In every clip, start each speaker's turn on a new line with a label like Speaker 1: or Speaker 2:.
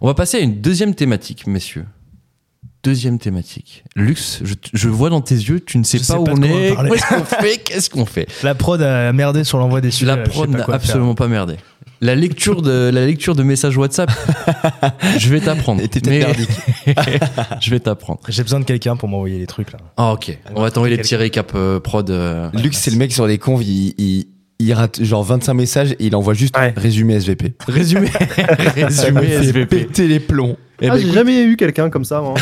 Speaker 1: On va passer à une deuxième thématique, messieurs. Deuxième thématique. Luxe, je, je vois dans tes yeux, tu ne sais
Speaker 2: Je
Speaker 1: pas
Speaker 2: sais
Speaker 1: où
Speaker 2: pas
Speaker 1: on
Speaker 2: de quoi on va
Speaker 1: est.
Speaker 2: parler.
Speaker 1: Qu'est-ce qu'on fait Qu'est-ce qu'on fait
Speaker 2: La prod a merdé sur l'envoi des sujets.
Speaker 1: La
Speaker 2: je sais
Speaker 1: prod
Speaker 2: pas
Speaker 1: n'a
Speaker 2: quoi faire.
Speaker 1: absolument pas merdé. La lecture de la lecture de messages WhatsApp, je vais t'apprendre.
Speaker 3: Et t'es
Speaker 1: Mais-
Speaker 3: peut-être
Speaker 1: je vais t'apprendre.
Speaker 2: J'ai besoin de quelqu'un pour m'envoyer les trucs là.
Speaker 1: Ah ok, on va t'envoyer les petits récaps euh, prod. euh.
Speaker 3: Luc, c'est le mec sur les conves, il, il, il rate genre 25 messages et il envoie juste
Speaker 2: Ouais.
Speaker 3: résumé SVP.
Speaker 1: Résumé, résumé
Speaker 3: Il fait
Speaker 1: SVP.
Speaker 3: péter les plombs.
Speaker 1: Eh
Speaker 4: Ah,
Speaker 1: ben,
Speaker 4: j'ai
Speaker 1: écoute,
Speaker 4: jamais eu quelqu'un comme ça, hein. moi.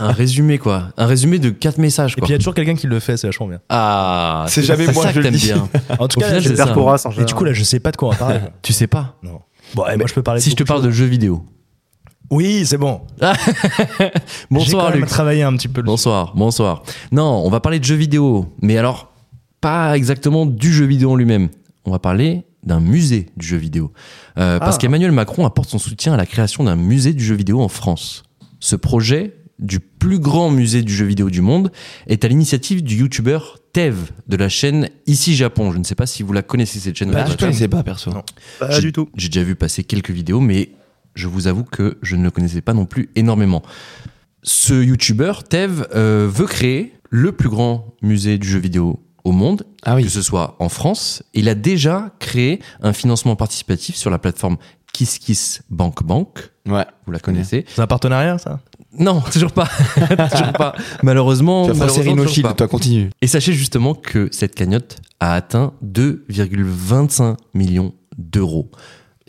Speaker 1: un résumé quoi, un résumé de quatre messages
Speaker 2: Et
Speaker 1: quoi.
Speaker 2: puis il y a toujours quelqu'un qui le fait, c'est vachement bien.
Speaker 1: Ah,
Speaker 3: C'est jamais
Speaker 1: ça
Speaker 3: moi,
Speaker 1: que
Speaker 3: je le
Speaker 1: t'aimes
Speaker 3: dis.
Speaker 1: bien.
Speaker 2: En tout
Speaker 1: Au
Speaker 2: cas,
Speaker 1: final,
Speaker 2: je-
Speaker 1: c'est
Speaker 4: C'est
Speaker 1: ça.
Speaker 4: Perforas en
Speaker 2: et
Speaker 4: général.
Speaker 2: du coup là, je sais pas de quoi on va parler. quoi.
Speaker 1: Tu sais pas.
Speaker 2: non. Bon, et moi je peux parler.
Speaker 1: Si
Speaker 2: de
Speaker 1: je te
Speaker 2: beaucoup
Speaker 1: parle de jeux vidéo.
Speaker 2: de choses. Oui, c'est bon.
Speaker 1: Bonsoir
Speaker 2: J'ai quand même
Speaker 1: Luc.
Speaker 2: travaillé un petit peu. le-
Speaker 1: Bonsoir, bonsoir. Non, on va parler de jeux vidéo, mais alors pas exactement du jeu vidéo en lui-même. On va parler d'un musée du jeu vidéo. Euh, Parce
Speaker 4: Ah.
Speaker 1: qu'Emmanuel Macron apporte son soutien à la création d'un musée du jeu vidéo en France. Ce projet du plus grand musée du jeu vidéo du monde est à l'initiative du youtubeur Tev de la chaîne Ici Japon. Je ne sais pas si vous la connaissez cette chaîne.
Speaker 3: Bah,
Speaker 1: vous
Speaker 3: je
Speaker 1: la connaissez.
Speaker 3: connaissais pas, perso.
Speaker 2: Non.
Speaker 3: Euh,
Speaker 4: Pas
Speaker 1: Je-
Speaker 4: du tout.
Speaker 1: J'ai déjà vu passer quelques vidéos, mais je vous avoue que je ne le connaissais pas non plus énormément. Ce youtubeur, Tev, euh, veut créer le plus grand musée du jeu vidéo au monde,
Speaker 3: Ah oui.
Speaker 1: que ce soit en France. Il a déjà créé un financement participatif sur la plateforme KissKissBankBank. Bank.
Speaker 3: Ouais.
Speaker 1: Vous la connaissez
Speaker 2: C'est un partenariat ça
Speaker 1: Non, toujours pas. toujours pas. Malheureusement,
Speaker 3: Tu vas faire
Speaker 1: malheureusement
Speaker 3: Serino
Speaker 1: toujours pas.
Speaker 3: Shield, toi, continue.
Speaker 1: Et sachez justement que cette cagnotte a atteint 2,25 millions d'euros.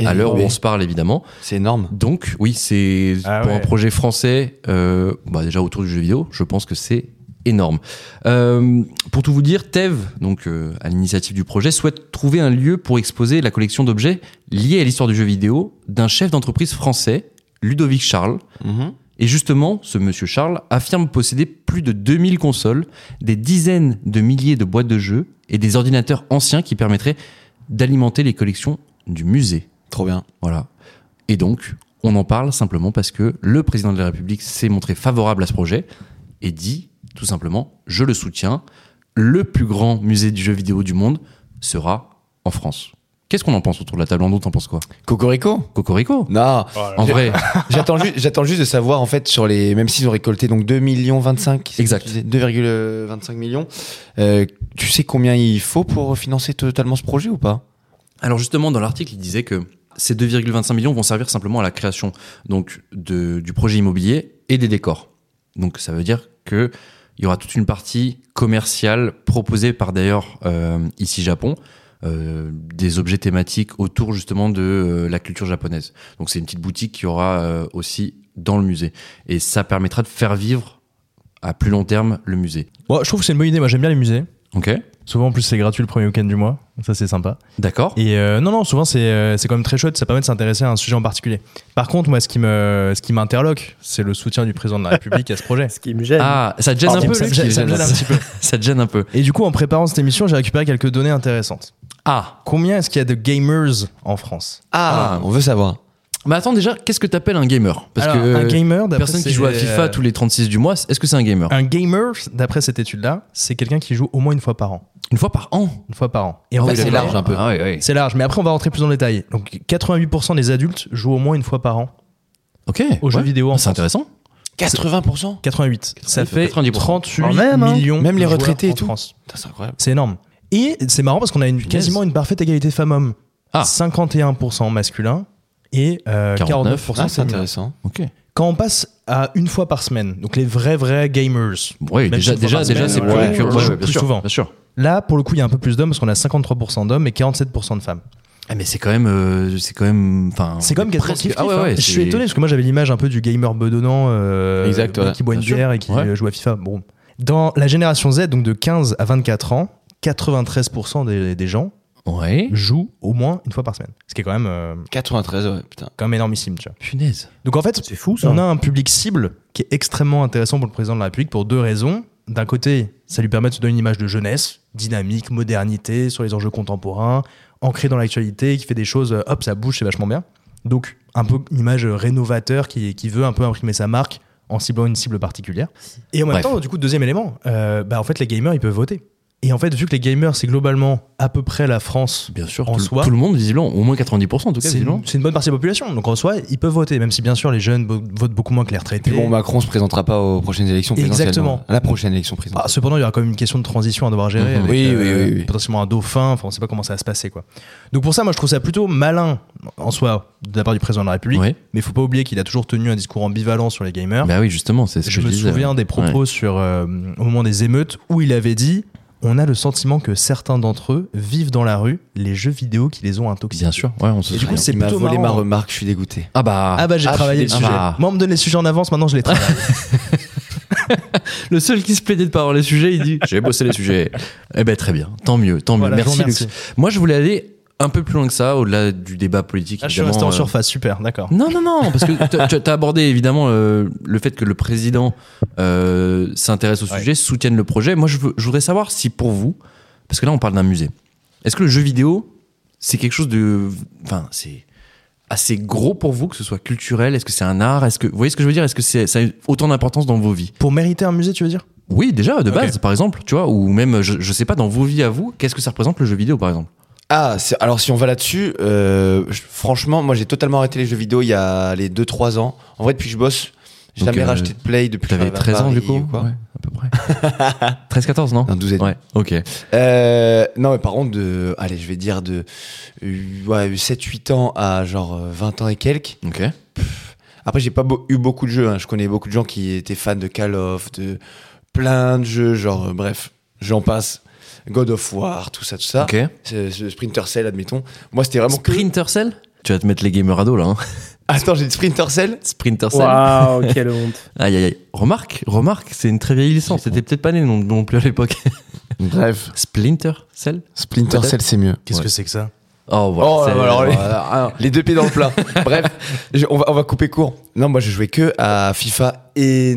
Speaker 1: À l'heure où
Speaker 3: Eh ben,
Speaker 1: on se parle, évidemment.
Speaker 3: C'est énorme.
Speaker 1: Donc, oui, c'est
Speaker 2: Ah
Speaker 1: pour un
Speaker 2: ouais.
Speaker 1: projet français, euh, bah, déjà autour du jeu vidéo, je pense que c'est énorme. Euh, pour tout vous dire, Tev, donc euh, à l'initiative du projet, souhaite trouver un lieu pour exposer la collection d'objets liés à l'histoire du jeu vidéo d'un chef d'entreprise français, Ludovic Charles.
Speaker 3: Mm-hmm.
Speaker 1: Et justement, ce monsieur Charles affirme posséder plus de 2000 consoles, des dizaines de milliers de boîtes de jeux et des ordinateurs anciens qui permettraient d'alimenter les collections du musée.
Speaker 3: Trop bien.
Speaker 1: Voilà. Et donc, on en parle simplement parce que le président de la République s'est montré favorable à ce projet et dit tout simplement je le soutiens. Le plus grand musée du jeu vidéo du monde sera en France. Qu'est-ce qu'on en pense autour de la table en d'autres T'en penses quoi
Speaker 3: Cocorico
Speaker 1: Cocorico
Speaker 3: Non,
Speaker 2: Oh
Speaker 1: En vrai,
Speaker 3: j'attends juste, j'attends juste de savoir en fait sur les, même s'ils ont récolté donc 2 millions 25,
Speaker 1: Exact.
Speaker 3: 2,25 millions. Euh, tu sais combien il faut pour financer totalement ce projet ou pas
Speaker 1: alors justement, dans l'article, il disait que ces 2,25 millions vont servir simplement à la création donc de- du projet immobilier et des décors. Donc ça veut dire que il y aura toute une partie commerciale proposée par d'ailleurs euh, ici Japon. euh, des objets thématiques autour justement de euh, la culture japonaise. Donc c'est une petite boutique qui aura euh, aussi dans le musée et ça permettra de faire vivre à plus long terme le musée.
Speaker 2: Bon, je trouve que c'est une bonne idée. Moi, j'aime bien les musées.
Speaker 1: Ok,
Speaker 2: Souvent, en plus, c'est gratuit le premier week-end du mois. Ça, c'est sympa.
Speaker 1: d'accord.
Speaker 2: Et euh, non, non, souvent, c'est euh, c'est quand même très chouette. Ça permet de s'intéresser à un sujet en particulier. Par contre, moi, ce qui me- ce qui m'interloque, c'est le soutien du président de la République à ce projet.
Speaker 4: Ce qui me gêne.
Speaker 1: Ah, ça te gêne
Speaker 2: Ça
Speaker 1: un
Speaker 2: me-
Speaker 1: peu.
Speaker 2: ça me
Speaker 1: Luc
Speaker 2: gêne- ça me gêne un petit peu.
Speaker 1: Ça te gêne un peu.
Speaker 2: Et du coup, en préparant cette émission, j'ai récupéré quelques données intéressantes.
Speaker 1: Ah,
Speaker 2: Combien est-ce qu'il y a de gamers en France
Speaker 3: Ah, on veut savoir.
Speaker 1: Mais attends déjà, qu'est-ce que t'appelles un gamer Parce
Speaker 2: Alors,
Speaker 1: que
Speaker 2: un gamer,
Speaker 1: euh,
Speaker 2: d'après
Speaker 1: personne qui
Speaker 2: ces-
Speaker 1: joue à FIFA tous les 36 du mois, est-ce que c'est un gamer
Speaker 2: Un gamer, d'après cette étude-là, c'est quelqu'un qui joue au moins une fois par an.
Speaker 1: Une fois par an
Speaker 2: Une fois par an. Et en
Speaker 3: Ah
Speaker 2: fait,
Speaker 3: oui, c'est
Speaker 2: c'est
Speaker 3: large un peu.
Speaker 1: Ah oui, oui.
Speaker 2: C'est large, mais après on va rentrer plus dans le détail. Donc 88% des adultes jouent au moins une fois par an
Speaker 1: Ok.
Speaker 2: aux jeux
Speaker 1: ouais.
Speaker 2: vidéo en
Speaker 1: C'est
Speaker 2: France.
Speaker 1: intéressant.
Speaker 3: 80%
Speaker 2: 88. Ça fait
Speaker 1: 90%.
Speaker 2: 38
Speaker 4: Quand même, hein.
Speaker 2: millions.
Speaker 3: Même les
Speaker 2: de joueurs
Speaker 3: retraités et
Speaker 2: en
Speaker 3: tout.
Speaker 2: France.
Speaker 3: Putain, C'est incroyable.
Speaker 2: C'est énorme. Et c'est marrant parce qu'on a une,
Speaker 1: Punaise.
Speaker 2: quasiment une parfaite égalité femmes-hommes.
Speaker 1: Ah.
Speaker 2: 51% masculin et euh,
Speaker 1: 49.
Speaker 2: 49%,
Speaker 3: Ah, c'est
Speaker 2: féminin.
Speaker 3: intéressant.
Speaker 1: Ok.
Speaker 2: Quand on passe à une fois par semaine, donc les vrais vrais gamers,
Speaker 1: Oui,
Speaker 2: Même
Speaker 1: déjà,
Speaker 2: si une fois
Speaker 1: déjà,
Speaker 2: par
Speaker 1: déjà,
Speaker 2: semaine,
Speaker 1: c'est
Speaker 3: ouais,
Speaker 1: plus,
Speaker 3: ouais,
Speaker 1: récurrent.
Speaker 3: ouais,
Speaker 2: plus souvent.
Speaker 1: Bien sûr.
Speaker 2: là pour le coup il y a un peu plus d'hommes parce qu'on a 53% d'hommes et 47% de femmes.
Speaker 1: Ah, mais c'est quand même, euh, c'est quand même, enfin.
Speaker 2: C'est comme
Speaker 1: presque-
Speaker 2: quasiment kiff-kiff,
Speaker 1: Ah ouais,
Speaker 2: hein.
Speaker 1: ouais.
Speaker 2: Je suis
Speaker 1: c'est-
Speaker 2: étonné parce que moi j'avais l'image un peu du gamer bedonnant euh,
Speaker 3: Exact,
Speaker 2: le mec
Speaker 3: ouais.
Speaker 2: qui boit une
Speaker 1: Bien sûr.
Speaker 2: bière et qui
Speaker 1: Ouais.
Speaker 2: euh, joue à FIFA. Bon. Dans la génération Z, donc de 15 à 24 ans, 93% des, des gens
Speaker 1: Ouais.
Speaker 2: jouent au moins une fois par semaine. Ce qui est quand même, euh,
Speaker 3: 93, ouais, putain.
Speaker 2: quand même énormissime. Tu vois.
Speaker 1: Punaise.
Speaker 2: Donc en fait,
Speaker 4: C'est fou, ça.
Speaker 2: on a un public cible qui est extrêmement intéressant pour le président de la République pour deux raisons. D'un côté, ça lui permet de se donner une image de jeunesse, dynamique, modernité, sur les enjeux contemporains, ancré dans l'actualité, qui fait des choses, euh, hop, ça bouge, c'est vachement bien. Donc, un peu une image euh, rénovateur qui, qui veut un peu imprimer sa marque en ciblant une cible particulière. Et en même
Speaker 1: Bref.
Speaker 2: temps, du coup, deuxième élément, euh, bah, en fait, les gamers, ils peuvent voter. Et en fait, vu que les gamers, c'est globalement à peu près la France,
Speaker 1: Bien sûr,
Speaker 2: En
Speaker 1: tout, le-
Speaker 2: soi-
Speaker 1: tout le monde, visiblement, au moins 90% en tout cas,
Speaker 2: c'est
Speaker 1: visiblement.
Speaker 2: une, c'est une bonne partie de la population. Donc en soi, ils peuvent voter, même si bien sûr les jeunes bo- votent beaucoup moins que les retraités.
Speaker 3: Puis bon, Macron se présentera pas aux prochaines élections présidentielles.
Speaker 2: Exactement.
Speaker 3: non. À la prochaine élection
Speaker 2: Ah,
Speaker 3: présidentielle.
Speaker 2: cependant, il y aura quand même une question de transition à devoir gérer.
Speaker 1: Mhm.
Speaker 2: avec,
Speaker 3: Oui,
Speaker 2: euh,
Speaker 3: oui, oui, oui.
Speaker 2: Potentiellement un dauphin. Enfin, on sait pas comment ça va se passer, quoi. Donc pour ça, moi, je trouve ça plutôt malin en soi de la part du président de la République.
Speaker 1: Ouais.
Speaker 2: Mais faut pas oublier qu'il a toujours tenu un discours ambivalent sur les gamers.
Speaker 1: Bah oui, justement, c'est ce
Speaker 2: hein. je
Speaker 1: que
Speaker 2: me
Speaker 1: je disais.
Speaker 2: souviens des propos sur euh, au moment des émeutes où il avait dit on a le sentiment que certains d'entre eux vivent dans la rue les jeux vidéo qui les ont intoxiqués.
Speaker 1: Bien sûr, ouais, on se
Speaker 2: Et du coup,
Speaker 1: souvient.
Speaker 2: c'est
Speaker 3: Il m'a
Speaker 2: plutôt
Speaker 3: volé ma
Speaker 2: marrant.
Speaker 3: remarque, je suis dégoûté.
Speaker 1: Ah bah,
Speaker 2: Ah bah j'ai
Speaker 3: Ah,
Speaker 2: travaillé le
Speaker 3: je
Speaker 1: suis
Speaker 2: sujet.
Speaker 1: dé- ah bah.
Speaker 2: Moi on me donne les sujets en avance, maintenant je les
Speaker 1: Ah,
Speaker 2: travaille.
Speaker 1: le seul qui se plaidait de pas avoir les sujets, il dit j'ai bossé les sujets. Eh ben très bien, tant mieux, tant mieux.
Speaker 2: Voilà, je vous
Speaker 1: merci,
Speaker 2: remercie.
Speaker 1: Lux. Moi je voulais aller un peu plus loin que ça, au-delà du débat politique.
Speaker 2: Ah, je suis
Speaker 1: évidemment,
Speaker 2: resté en
Speaker 1: euh,
Speaker 2: surface, super, d'accord.
Speaker 1: Non, non, non, parce que t'as- t'as- t'as abordé évidemment euh, le fait que le président euh, s'intéresse au
Speaker 2: Ouais.
Speaker 1: sujet, soutienne le projet. Moi, je, veux- je voudrais savoir si pour vous, parce que là, on parle d'un musée, est-ce que le jeu vidéo, c'est quelque chose de. Enfin, c'est assez gros pour vous, que ce soit culturel Est-ce que c'est un art Est-ce que Vous voyez ce que je veux dire Est-ce que c'est, ça a autant d'importance dans vos vies
Speaker 2: Pour mériter un musée, tu veux dire
Speaker 1: Oui, déjà, de
Speaker 2: Ok.
Speaker 1: base, par exemple, tu vois, ou même, je, je sais pas, dans vos vies à vous, qu'est-ce que ça représente le jeu vidéo, par exemple
Speaker 3: Ah, c'est- alors si on va là-dessus, euh, je- franchement, moi j'ai totalement arrêté les jeux vidéo il y a les 2-3 ans. En vrai, depuis que je bosse, j'ai
Speaker 1: Donc,
Speaker 3: jamais
Speaker 1: euh,
Speaker 3: racheté de Play depuis que je
Speaker 1: T'avais
Speaker 3: suis à
Speaker 1: 13 ans,
Speaker 3: Paris
Speaker 1: du coup
Speaker 3: ou quoi.
Speaker 1: Ouais, à peu près. 13-14, non
Speaker 3: Non, 12 et demi.
Speaker 1: Ouais, ok.
Speaker 3: Euh, non, mais par contre, de, allez, je vais dire de euh, ouais, 7-8 ans à genre euh, 20 ans et quelques.
Speaker 1: Ok.
Speaker 3: Après, j'ai pas beau- eu beaucoup de jeux. hein. Je connais beaucoup de gens qui étaient fans de Call of, de plein de jeux, genre, euh, bref, j'en passe. God of War, tout ça, tout ça.
Speaker 1: Ok.
Speaker 3: Ce, ce Splinter Cell, admettons. Moi, c'était vraiment que-
Speaker 1: Sprinter Cell Tu vas te mettre les gamers à dos là. Hein.
Speaker 3: Attends, j'ai dit Splinter Cell
Speaker 1: Sprinter Cell.
Speaker 4: Waouh, quelle honte.
Speaker 1: Aïe aïe aïe. Remarque, remarque, c'est une très vieille licence. C'était peut-être pas né non, non plus à l'époque.
Speaker 3: Bref,
Speaker 1: Splinter Cell
Speaker 3: Splinter
Speaker 1: Cell,
Speaker 3: c'est mieux.
Speaker 2: Qu'est-ce
Speaker 1: Ouais.
Speaker 2: que c'est que ça
Speaker 1: Oh, voilà,
Speaker 3: Oh,
Speaker 1: c'est-
Speaker 3: alors, les, ah,
Speaker 1: voilà.
Speaker 3: les deux pieds dans le plat. Bref, je- on, va, on va couper court. Non, moi, je jouais que à FIFA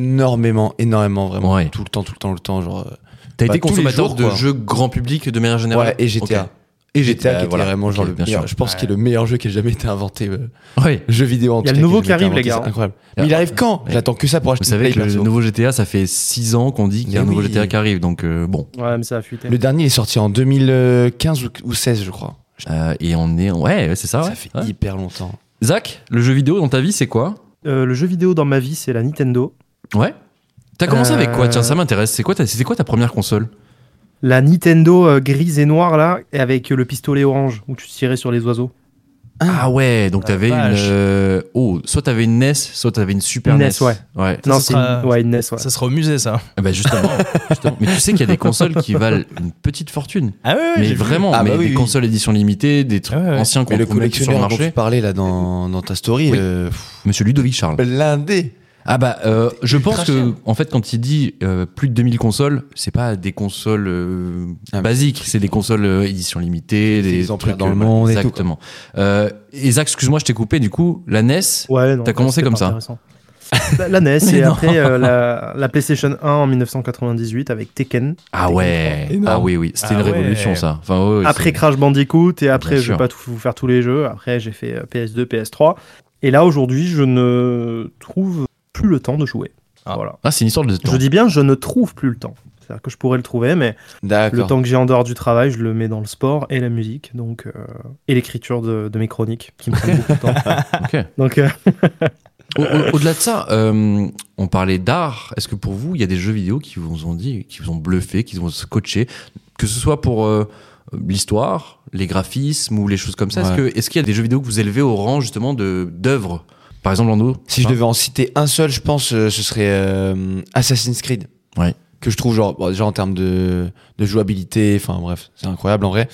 Speaker 3: énormément, énormément, vraiment.
Speaker 1: Ouais.
Speaker 3: Tout le temps, tout le temps, tout le temps. Genre, euh,
Speaker 1: T'as
Speaker 3: bah,
Speaker 1: été
Speaker 3: tous les
Speaker 1: consommateur
Speaker 3: jours,
Speaker 1: de
Speaker 3: quoi.
Speaker 1: jeux grand public de manière générale
Speaker 3: ouais, et GTA.
Speaker 1: Ah Ok.
Speaker 3: Et
Speaker 1: GTA,
Speaker 3: GTA, qui était
Speaker 1: voilà.
Speaker 3: vraiment genre
Speaker 1: Ok,
Speaker 3: le
Speaker 1: bien
Speaker 3: meilleur.
Speaker 1: sûr.
Speaker 3: Je pense qu'il est le meilleur jeu qui ait jamais été inventé. euh,
Speaker 1: Ouais.
Speaker 3: jeu vidéo en
Speaker 4: Il y a
Speaker 3: tout
Speaker 4: le
Speaker 3: cas,
Speaker 4: nouveau
Speaker 3: a jamais
Speaker 4: qui arrive,
Speaker 3: été
Speaker 4: les gars,
Speaker 3: inventé,
Speaker 4: hein.
Speaker 3: C'est incroyable. Mais il arrive quand J'attends que ça pour acheter
Speaker 1: Vous
Speaker 3: une
Speaker 1: savez
Speaker 3: Play,
Speaker 1: que le
Speaker 3: perso.
Speaker 1: nouveau GTA, ça fait 6 ans qu'on dit qu'il y a un
Speaker 3: Mais
Speaker 1: nouveau
Speaker 3: oui.
Speaker 1: GTA qui arrive, donc euh, bon.
Speaker 4: Ouais, mais ça a fuité.
Speaker 3: Le dernier est sorti en 2015 ou, ou 16, je crois.
Speaker 1: Euh, et on est. Ouais, ouais, c'est ça, Ah ouais.
Speaker 3: Ça fait
Speaker 1: Ouais.
Speaker 3: hyper longtemps.
Speaker 1: Zach, le jeu vidéo dans ta vie, c'est quoi
Speaker 4: Euh, le jeu vidéo dans ma vie, c'est la Nintendo.
Speaker 1: Ouais. T'as commencé avec quoi
Speaker 4: Euh,
Speaker 1: Tiens, ça m'intéresse. C'est quoi, ta- c'était quoi ta première console
Speaker 4: La Nintendo euh, grise et noire, là, et avec euh, le pistolet orange, où tu tirais sur les oiseaux.
Speaker 1: Ah ouais, donc
Speaker 2: La
Speaker 1: t'avais une.
Speaker 2: vache.
Speaker 1: euh, oh, soit t'avais une NES, soit t'avais une Super
Speaker 4: Une
Speaker 1: NES.
Speaker 4: NES, ouais.
Speaker 1: Ouais.
Speaker 2: Ça,
Speaker 4: non,
Speaker 2: ce
Speaker 4: c'est
Speaker 2: sera-
Speaker 4: une... ouais, une NES, ouais.
Speaker 2: Ça sera au musée, ça.
Speaker 1: Ah bah justement, justement. Mais tu sais qu'il y a des consoles qui valent une petite fortune.
Speaker 2: Ah ouais,
Speaker 1: mais vraiment,
Speaker 3: Ah
Speaker 1: mais
Speaker 3: bah oui,
Speaker 1: des
Speaker 3: oui.
Speaker 1: consoles édition limitée, des trucs
Speaker 2: Ouais, ouais.
Speaker 1: anciens qu'on
Speaker 3: Mais le
Speaker 1: trouve même plus sur le
Speaker 3: collectionneur dont tu
Speaker 1: marché.
Speaker 3: parlais là dans, dans ta story,
Speaker 1: Oui.
Speaker 3: euh, pff,
Speaker 1: Monsieur Ludovic Charles.
Speaker 3: blindé.
Speaker 1: Ah bah, euh, je
Speaker 3: ultra
Speaker 1: pense
Speaker 3: cher.
Speaker 1: que en fait, quand il dit euh, plus de 2000 consoles, c'est pas des consoles euh,
Speaker 3: Ah, mais
Speaker 1: basiques, c'est des consoles euh, édition limitée,
Speaker 3: Des
Speaker 1: des,
Speaker 3: exemplaires
Speaker 1: trucs
Speaker 3: dans le
Speaker 1: euh, voilà,
Speaker 3: monde et tout, quoi.
Speaker 1: Exactement. Euh, et Zach, excuse-moi, je t'ai coupé. Du coup, la E NES.
Speaker 4: Ouais, non,
Speaker 1: T'as commencé
Speaker 4: c'était
Speaker 1: comme
Speaker 4: pas
Speaker 1: ça.
Speaker 4: intéressant. Bah, La, la NES
Speaker 1: Mais
Speaker 4: et
Speaker 1: non.
Speaker 4: après euh, la, la PlayStation 1 en 1998 avec Tekken.
Speaker 1: Ah ouais.
Speaker 3: Énorme.
Speaker 1: Ah oui, oui. C'était
Speaker 2: Ah
Speaker 1: une
Speaker 2: ouais.
Speaker 1: révolution, ça. Enfin, ouais, ouais,
Speaker 4: après
Speaker 1: c'est-
Speaker 4: Crash Bandicoot et après
Speaker 1: Bien
Speaker 4: je vais
Speaker 1: sûr.
Speaker 4: pas tout vous faire tous les jeux. Après j'ai fait euh, PS2, PS3 et là aujourd'hui je ne trouve plus le temps de jouer.
Speaker 2: Ah.
Speaker 4: Voilà.
Speaker 1: Ah, c'est une histoire de temps.
Speaker 4: Je dis bien je ne trouve plus le temps. C'est-à-dire que je pourrais le trouver, mais le
Speaker 3: D'accord.
Speaker 4: temps que j'ai en dehors du travail, je le mets dans le sport et la musique, donc euh, et l'écriture de, de mes chroniques qui me prennent beaucoup de temps.
Speaker 1: Ok.
Speaker 4: Donc euh,
Speaker 1: Au- au- Au-delà de ça, euh, on parlait d'art. Est-ce que pour vous, il y a des jeux vidéo qui vous ont dit, qui vous ont bluffé, qui vous ont scotché, que ce soit pour euh, l'histoire, les graphismes ou les choses comme ça Est-ce
Speaker 3: Ouais.
Speaker 1: que- Est-ce qu'il y a des jeux vidéo que vous élevez au rang justement de d'œuvres Par exemple, Lando
Speaker 3: Si je devais en citer un seul, je pense, euh, ce serait euh, Assassin's Creed.
Speaker 1: Ouais.
Speaker 3: Que je trouve, genre, bon, déjà en termes de, de jouabilité, enfin bref, c'est incroyable en vrai.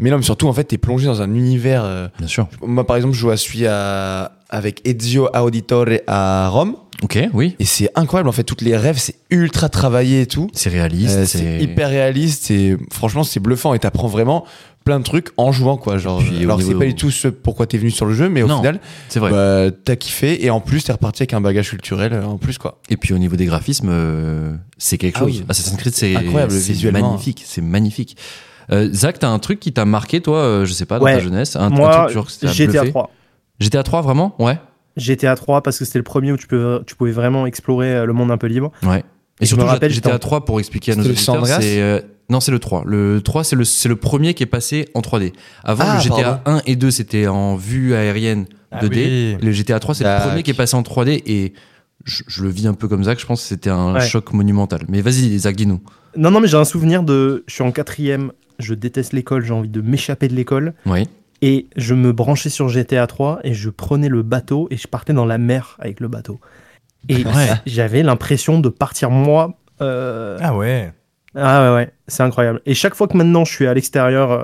Speaker 3: Mais non, mais surtout, en fait, t'es plongé dans un univers. euh,
Speaker 1: Bien sûr.
Speaker 3: moi, par exemple, je joue à celui à- avec Ezio Auditore à Rome.
Speaker 1: Ok, oui.
Speaker 3: Et c'est incroyable, en fait, toutes les rêves, c'est ultra travaillé et tout.
Speaker 1: C'est réaliste.
Speaker 3: Euh,
Speaker 1: c'est
Speaker 3: c'est hyper réaliste et franchement, c'est bluffant et t'apprends vraiment plein de trucs en jouant, quoi. Genre,
Speaker 1: Et puis, au
Speaker 3: alors, c'est
Speaker 1: niveau-
Speaker 3: pas du tout ce pourquoi t'es venu sur le jeu, mais au
Speaker 1: Non.
Speaker 3: final,
Speaker 1: C'est vrai.
Speaker 3: bah, t'as kiffé et en plus, t'es reparti avec un bagage culturel euh, en plus, quoi.
Speaker 1: Et puis au niveau des graphismes, euh, c'est quelque
Speaker 3: Ah
Speaker 1: chose.
Speaker 3: oui.
Speaker 1: Assassin's Creed, c'est
Speaker 3: Incroyable,
Speaker 1: c'est
Speaker 3: visuellement.
Speaker 1: magnifique. C'est magnifique. Euh, Zach, t'as un truc qui t'a marqué, toi, euh, je sais pas, dans
Speaker 4: Ouais.
Speaker 1: ta jeunesse un, un
Speaker 4: moi
Speaker 1: truc genre, que t'as
Speaker 4: GTA
Speaker 1: bluffé
Speaker 4: 3.
Speaker 1: GTA 3, vraiment Ouais.
Speaker 4: GTA 3 parce que c'était le premier où tu, peux, tu pouvais vraiment explorer euh, le monde un peu libre.
Speaker 1: Ouais. Et,
Speaker 4: Et je
Speaker 1: surtout,
Speaker 4: me rappelle,
Speaker 1: j'étais
Speaker 4: j'étais
Speaker 1: à
Speaker 4: en-
Speaker 1: 3 pour expliquer à nos
Speaker 3: C'était le
Speaker 1: auditeurs,
Speaker 3: San Andreas
Speaker 1: c'est euh, Non, c'est le 3. Le 3, c'est le, c'est le premier qui est passé en 3D. Avant,
Speaker 3: Ah,
Speaker 1: le GTA
Speaker 3: pardon.
Speaker 1: 1 et 2, c'était en vue aérienne 2D.
Speaker 2: Ah oui.
Speaker 1: Le GTA 3, c'est le
Speaker 3: Tac.
Speaker 1: premier qui est passé en 3D et je, je le vis un peu comme Zach. Je pense que c'était un
Speaker 4: Ouais.
Speaker 1: choc monumental. Mais vas-y, Zach, dis-nous.
Speaker 4: Non, non, mais j'ai un souvenir de. Je suis en quatrième, je déteste l'école, j'ai envie de m'échapper de l'école.
Speaker 1: Oui.
Speaker 4: Et je me branchais sur GTA 3 et je prenais le bateau et je partais dans la mer avec le bateau. Et
Speaker 2: Ouais.
Speaker 4: j'avais l'impression de partir moi. euh,
Speaker 2: Ah ouais.
Speaker 4: Ah ouais, ouais, c'est incroyable. Et chaque fois que maintenant je suis à l'extérieur euh,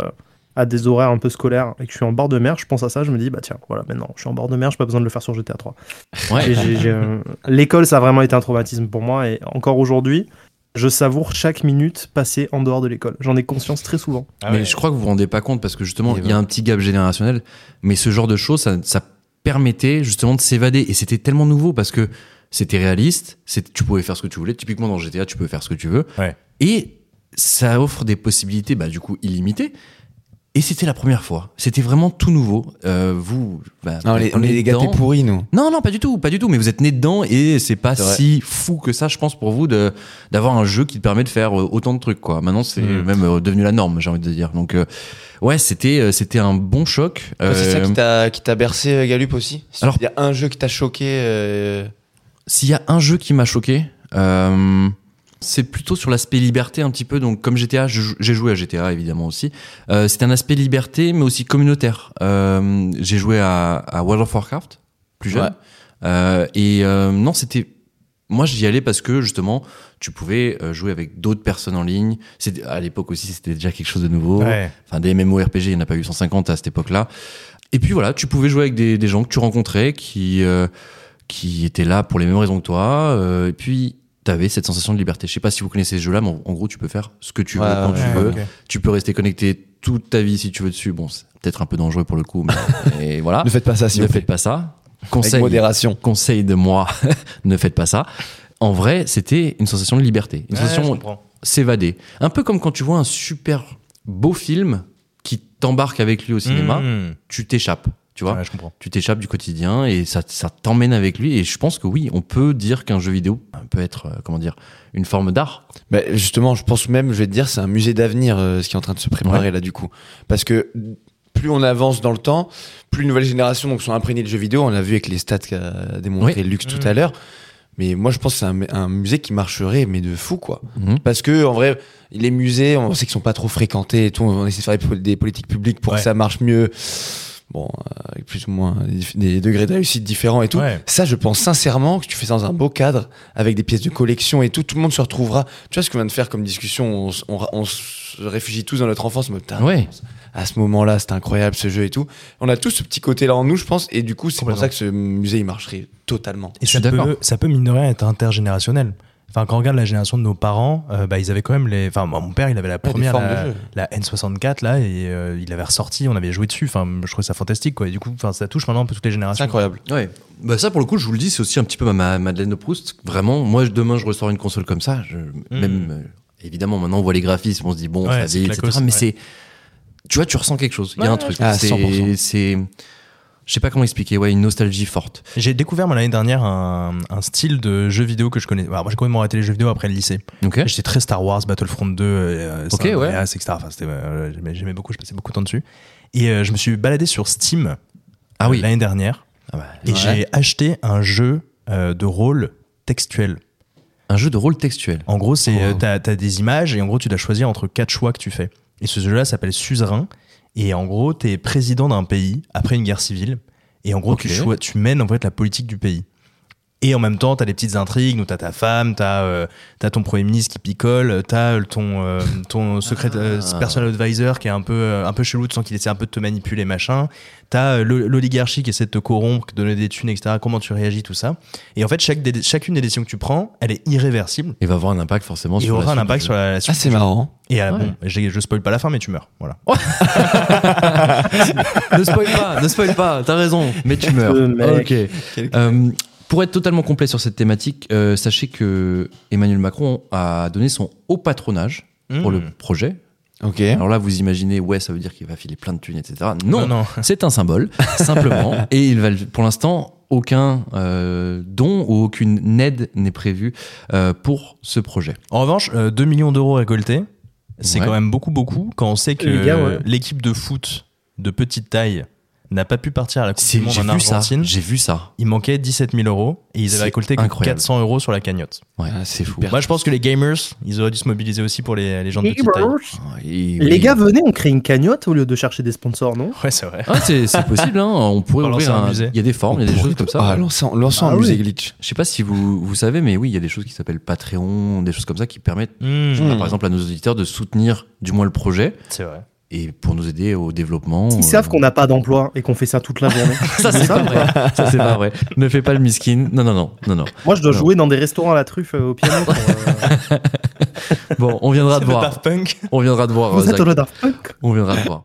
Speaker 4: à des horaires un peu scolaires et que je suis en bord de mer, je pense à ça, je me dis, bah tiens, voilà, maintenant je suis en bord de mer, j'ai pas besoin de le faire sur GTA 3. Et
Speaker 1: Ouais.
Speaker 4: j'ai- j'ai, euh, L'école, ça a vraiment été un traumatisme pour moi et encore aujourd'hui, je savoure chaque minute passée en dehors de l'école. J'en ai conscience très souvent.
Speaker 2: Ah
Speaker 1: mais je crois que vous vous rendez pas compte parce que justement, Ah
Speaker 3: Et
Speaker 1: il y a un petit gap générationnel. Mais ce genre de choses, ça, ça permettait justement de s'évader. Et c'était tellement nouveau parce que c'était réaliste. c'est- Tu pouvais faire ce que tu voulais. Typiquement, dans GTA, tu peux faire ce que tu veux.
Speaker 2: Ouais.
Speaker 1: Et ça offre des possibilités, bah, du coup, illimitées. Et c'était la première fois. C'était vraiment tout nouveau. Euh, vous, bah,
Speaker 3: Non, Ah, on est, on est des
Speaker 1: dedans.
Speaker 3: gâtés pourris, nous.
Speaker 1: Non, non, pas du tout, pas du tout. Mais vous êtes né dedans et c'est pas
Speaker 3: C'est vrai.
Speaker 1: si fou que ça, je pense, pour vous de d'avoir un jeu qui te permet de faire euh, autant de trucs. Quoi. Maintenant, c'est
Speaker 2: Mm.
Speaker 1: même euh, devenu la norme, j'ai envie de dire. Donc, euh, ouais, c'était euh, c'était un bon choc.
Speaker 3: Bah, C'est ça
Speaker 1: Euh,
Speaker 3: qui t'a- qui t'a bercé, euh, Galup, aussi
Speaker 1: Alors-
Speaker 3: Il y a un jeu qui t'a choqué. euh,
Speaker 1: S'il y a un jeu qui m'a choqué, euh, c'est plutôt sur l'aspect liberté un petit peu. Donc, comme GTA, je jou- j'ai joué à GTA évidemment aussi. Euh, c'est un aspect liberté, mais aussi communautaire. Euh, j'ai joué à, à World of Warcraft plus jeune.
Speaker 3: Ouais.
Speaker 1: Euh, et euh, non, c'était moi j'y allais parce que justement tu pouvais euh, jouer avec d'autres personnes en ligne. C'était- À l'époque aussi c'était déjà quelque chose de nouveau.
Speaker 2: Ouais.
Speaker 1: Enfin, des MMORPG, il n'y en a pas eu 150 à cette époque-là. Et puis voilà, tu pouvais jouer avec des, des gens que tu rencontrais, qui, euh, qui étaient là pour les mêmes raisons que toi. euh, et puis, tu avais cette sensation de liberté. Je sais pas si vous connaissez ce jeu-là, mais en, en gros, tu peux faire ce que tu veux
Speaker 3: Ouais,
Speaker 1: quand
Speaker 3: ouais,
Speaker 1: tu
Speaker 2: Ouais,
Speaker 1: veux.
Speaker 2: ok.
Speaker 1: Tu peux rester connecté toute ta vie si tu veux dessus. Bon, c'est peut-être un peu dangereux pour le coup, mais et voilà.
Speaker 3: Ne faites pas ça, si
Speaker 1: Ne
Speaker 3: vous
Speaker 1: faites
Speaker 3: plaît.
Speaker 1: pas ça.
Speaker 3: Avec
Speaker 1: Conseil,
Speaker 3: modération.
Speaker 1: conseil de moi, ne faites pas ça. En vrai, c'était une sensation de liberté, une
Speaker 2: Ouais, je
Speaker 1: sensation
Speaker 2: comprends.
Speaker 1: s'évader. Un peu comme quand tu vois un super beau film qui t'embarque avec lui au cinéma,
Speaker 3: Hmm.
Speaker 2: Mmh.
Speaker 1: tu t'échappes, tu vois.
Speaker 2: Ouais, je comprends.
Speaker 1: Tu t'échappes du quotidien et ça, ça t'emmène avec lui. Et je pense que oui, on peut dire qu'un jeu vidéo peut être, euh, comment dire, une forme d'art.
Speaker 3: Bah, justement, je pense même, je vais te dire, c'est un musée d'avenir euh, ce qui est en train de se préparer là du coup. Parce que plus on avance dans le temps, plus une nouvelle génération donc, sont imprégnées de jeux vidéo. On l'a vu avec les stats qu'a démontré Lux tout à
Speaker 2: Mmh.
Speaker 3: l'heure. Mais moi, je pense que c'est un, un musée qui marcherait, mais de fou quoi.
Speaker 2: Mmh.
Speaker 1: Mhm.
Speaker 3: Parce que en vrai, les musées, on sait qu'ils sont pas trop fréquentés et tout. On essaie de faire des, pol- des politiques publiques pour
Speaker 2: Ouais.
Speaker 3: que ça marche mieux. Bon, euh, avec plus ou moins des dif- des degrés de réussite différents et tout.
Speaker 2: Ouais.
Speaker 3: Ça, je pense sincèrement que tu fais ça dans un beau cadre, avec des pièces de collection et tout, tout le monde se retrouvera. Tu vois ce qu'on vient de faire comme discussion, on, s- on ra- on se réfugie tous dans notre enfance, mais putain,
Speaker 1: Ouais.
Speaker 3: à ce moment-là, c'était incroyable ce jeu et tout. On a tous ce petit côté-là en nous, je pense, et du coup, c'est pour
Speaker 2: Complètement.
Speaker 3: ça que ce musée, il marcherait totalement.
Speaker 2: Et
Speaker 1: Je suis
Speaker 2: ça
Speaker 1: d'accord.
Speaker 2: peut, ça peut, mine de rien, être intergénérationnel. Enfin, quand on regarde la génération de nos parents, euh, bah, ils avaient quand même les. Enfin, moi, mon père, il avait la
Speaker 3: des
Speaker 2: première,
Speaker 3: formes
Speaker 2: la,
Speaker 3: de jeu.
Speaker 2: la N64, là, et euh, il avait ressorti, on avait joué dessus. Enfin, je trouvais ça fantastique, quoi. Et du coup, enfin, ça touche maintenant un peu toutes les
Speaker 3: C'est
Speaker 2: générations.
Speaker 3: incroyable.
Speaker 1: Ouais. Bah ça pour le coup, je vous le dis, c'est aussi un petit peu ma, ma- Madeleine de Proust. Vraiment, moi je- demain je ressors une console comme ça. je- Même euh, évidemment maintenant on voit les graphismes, on se dit bon,
Speaker 2: Hmm. Ouais,
Speaker 1: ça
Speaker 2: c'est
Speaker 1: vieillit,
Speaker 2: claquos,
Speaker 1: etc. Mais
Speaker 2: ouais.
Speaker 1: c'est, tu vois, tu ressens quelque chose. Il y a un truc.
Speaker 3: Ah,
Speaker 1: c'est,
Speaker 3: 100%.
Speaker 1: c'est, je sais pas comment expliquer. Ouais, une nostalgie forte.
Speaker 2: J'ai découvert, moi, l'année dernière, un, un style de jeu vidéo que je connais. Alors, moi, j'ai complètement arrêté les jeux vidéo après le lycée.
Speaker 1: Ok.
Speaker 2: J'étais très Star Wars, Battlefront 2, euh,
Speaker 1: Ok,
Speaker 2: San
Speaker 1: ouais.
Speaker 2: Andreas, etc. Enfin, c'était, euh, j'aimais, j'aimais beaucoup, je passais beaucoup de temps dessus. Et euh, je me suis baladé sur Steam euh,
Speaker 1: Ah oui.
Speaker 2: l'année dernière
Speaker 1: Ah bah,
Speaker 2: et
Speaker 3: Ouais.
Speaker 2: j'ai acheté un jeu euh, de rôle textuel.
Speaker 1: un jeu de rôle textuel.
Speaker 2: En gros, c'est
Speaker 1: Oh.
Speaker 2: euh, t'as, t'as des images et en gros, tu dois choisir entre quatre choix que tu fais. Et ce jeu-là s'appelle Suzerain. Et en gros, t'es président d'un pays après une guerre civile. Et en gros, tu,
Speaker 1: Ok.
Speaker 2: choi- tu mènes en fait la politique du pays. Et en même temps, t'as des petites intrigues. Donc, t'as ta femme, t'as, euh, t'as ton premier ministre qui picole, t'as euh, ton, euh, ton secrétaire, euh,
Speaker 1: Ah.
Speaker 2: personal advisor qui est un peu, euh, un peu chelou, tu sens qu'il essaie un peu de te manipuler, machin. T'as euh, l'o- l'oligarchie qui essaie de te corrompre, qui te donner des thunes, etc. Comment tu réagis, tout ça. Et en fait, chaque dé- chacune des décisions que tu prends, elle est irréversible.
Speaker 1: Il va avoir un impact forcément.
Speaker 2: Il
Speaker 1: sur la
Speaker 2: aura un
Speaker 1: suite
Speaker 2: impact
Speaker 1: du
Speaker 2: sur la, la
Speaker 3: Ah,
Speaker 2: suite.
Speaker 3: c'est marrant.
Speaker 2: Et euh,
Speaker 1: Ouais.
Speaker 2: bon, j'ai- je spoil pas la fin, mais tu meurs. Voilà.
Speaker 1: jeu. ne spoil pas, ne spoil pas. T'as raison. Mais tu meurs.
Speaker 4: Ce mec.
Speaker 1: Ok. Euh, pour être totalement complet sur cette thématique, euh, sachez que Emmanuel Macron a donné son haut patronage pour
Speaker 2: Mmh.
Speaker 1: le projet.
Speaker 3: Ok.
Speaker 1: Alors là, vous imaginez, ouais, ça veut dire qu'il va filer plein de thunes, etc. Non,
Speaker 2: Non, non.
Speaker 1: c'est un symbole, simplement. Et il va, le- pour l'instant, aucun euh, don ou aucune aide n'est prévue euh, pour ce projet.
Speaker 2: En revanche, euh, 2 millions d'euros récoltés. c'est
Speaker 1: Ouais.
Speaker 2: quand même beaucoup, beaucoup quand on sait que
Speaker 4: Les gars, ouais.
Speaker 2: l'équipe de foot de petite taille n'a pas pu partir à la Coupe du
Speaker 1: C'est-
Speaker 2: Monde
Speaker 1: J'ai
Speaker 2: en
Speaker 1: vu ça.
Speaker 2: Argentine.
Speaker 1: J'ai vu ça.
Speaker 2: Il manquait 17 000 euros et ils
Speaker 1: C'est
Speaker 2: avaient récolté que
Speaker 1: incroyable.
Speaker 2: 400 euros sur la cagnotte.
Speaker 1: Ouais,
Speaker 3: Ah,
Speaker 1: c'est
Speaker 3: c'est
Speaker 1: fou.
Speaker 3: hyper-
Speaker 2: Moi, je pense que les gamers, ils auraient dû se mobiliser aussi pour les, les gens de petite taille.
Speaker 1: Et-
Speaker 4: Les gars, venez, on crée une cagnotte au lieu de chercher des sponsors, non
Speaker 2: Ouais, c'est vrai.
Speaker 1: Ah, c'est c'est possible, hein. on pourrait
Speaker 2: On va
Speaker 1: ouvrir
Speaker 2: lancer un
Speaker 1: un.
Speaker 2: musée.
Speaker 1: Il y a des formes, il y a des choses comme ça.
Speaker 3: Ah, lançons, lançons
Speaker 4: Ah
Speaker 3: un
Speaker 4: oui.
Speaker 3: musée glitch.
Speaker 1: Je sais pas si vous, vous savez, mais oui, il y a des choses qui s'appellent Patreon, des choses comme ça qui permettent,
Speaker 2: Mmh,
Speaker 1: par exemple, à nos auditeurs de soutenir du moins le projet
Speaker 2: c'est vrai.
Speaker 1: et pour nous aider au développement.
Speaker 4: Ils
Speaker 1: euh,
Speaker 4: savent qu'on n'a pas d'emploi et qu'on fait ça toute la journée.
Speaker 1: Ça, c'est pas vrai. Ça, c'est pas vrai. Ne fais pas le miskin. Non, non, non, non, non.
Speaker 4: Moi, je dois
Speaker 1: Non.
Speaker 4: jouer dans des restaurants à la truffe euh, au piano. pour, euh,
Speaker 1: Bon, on viendra
Speaker 2: C'est
Speaker 1: te
Speaker 2: le
Speaker 1: voir.
Speaker 2: Daft Punk.
Speaker 1: On viendra te voir,
Speaker 4: Vous êtes
Speaker 1: Zach.
Speaker 4: au Daft Punk
Speaker 1: On viendra te voir.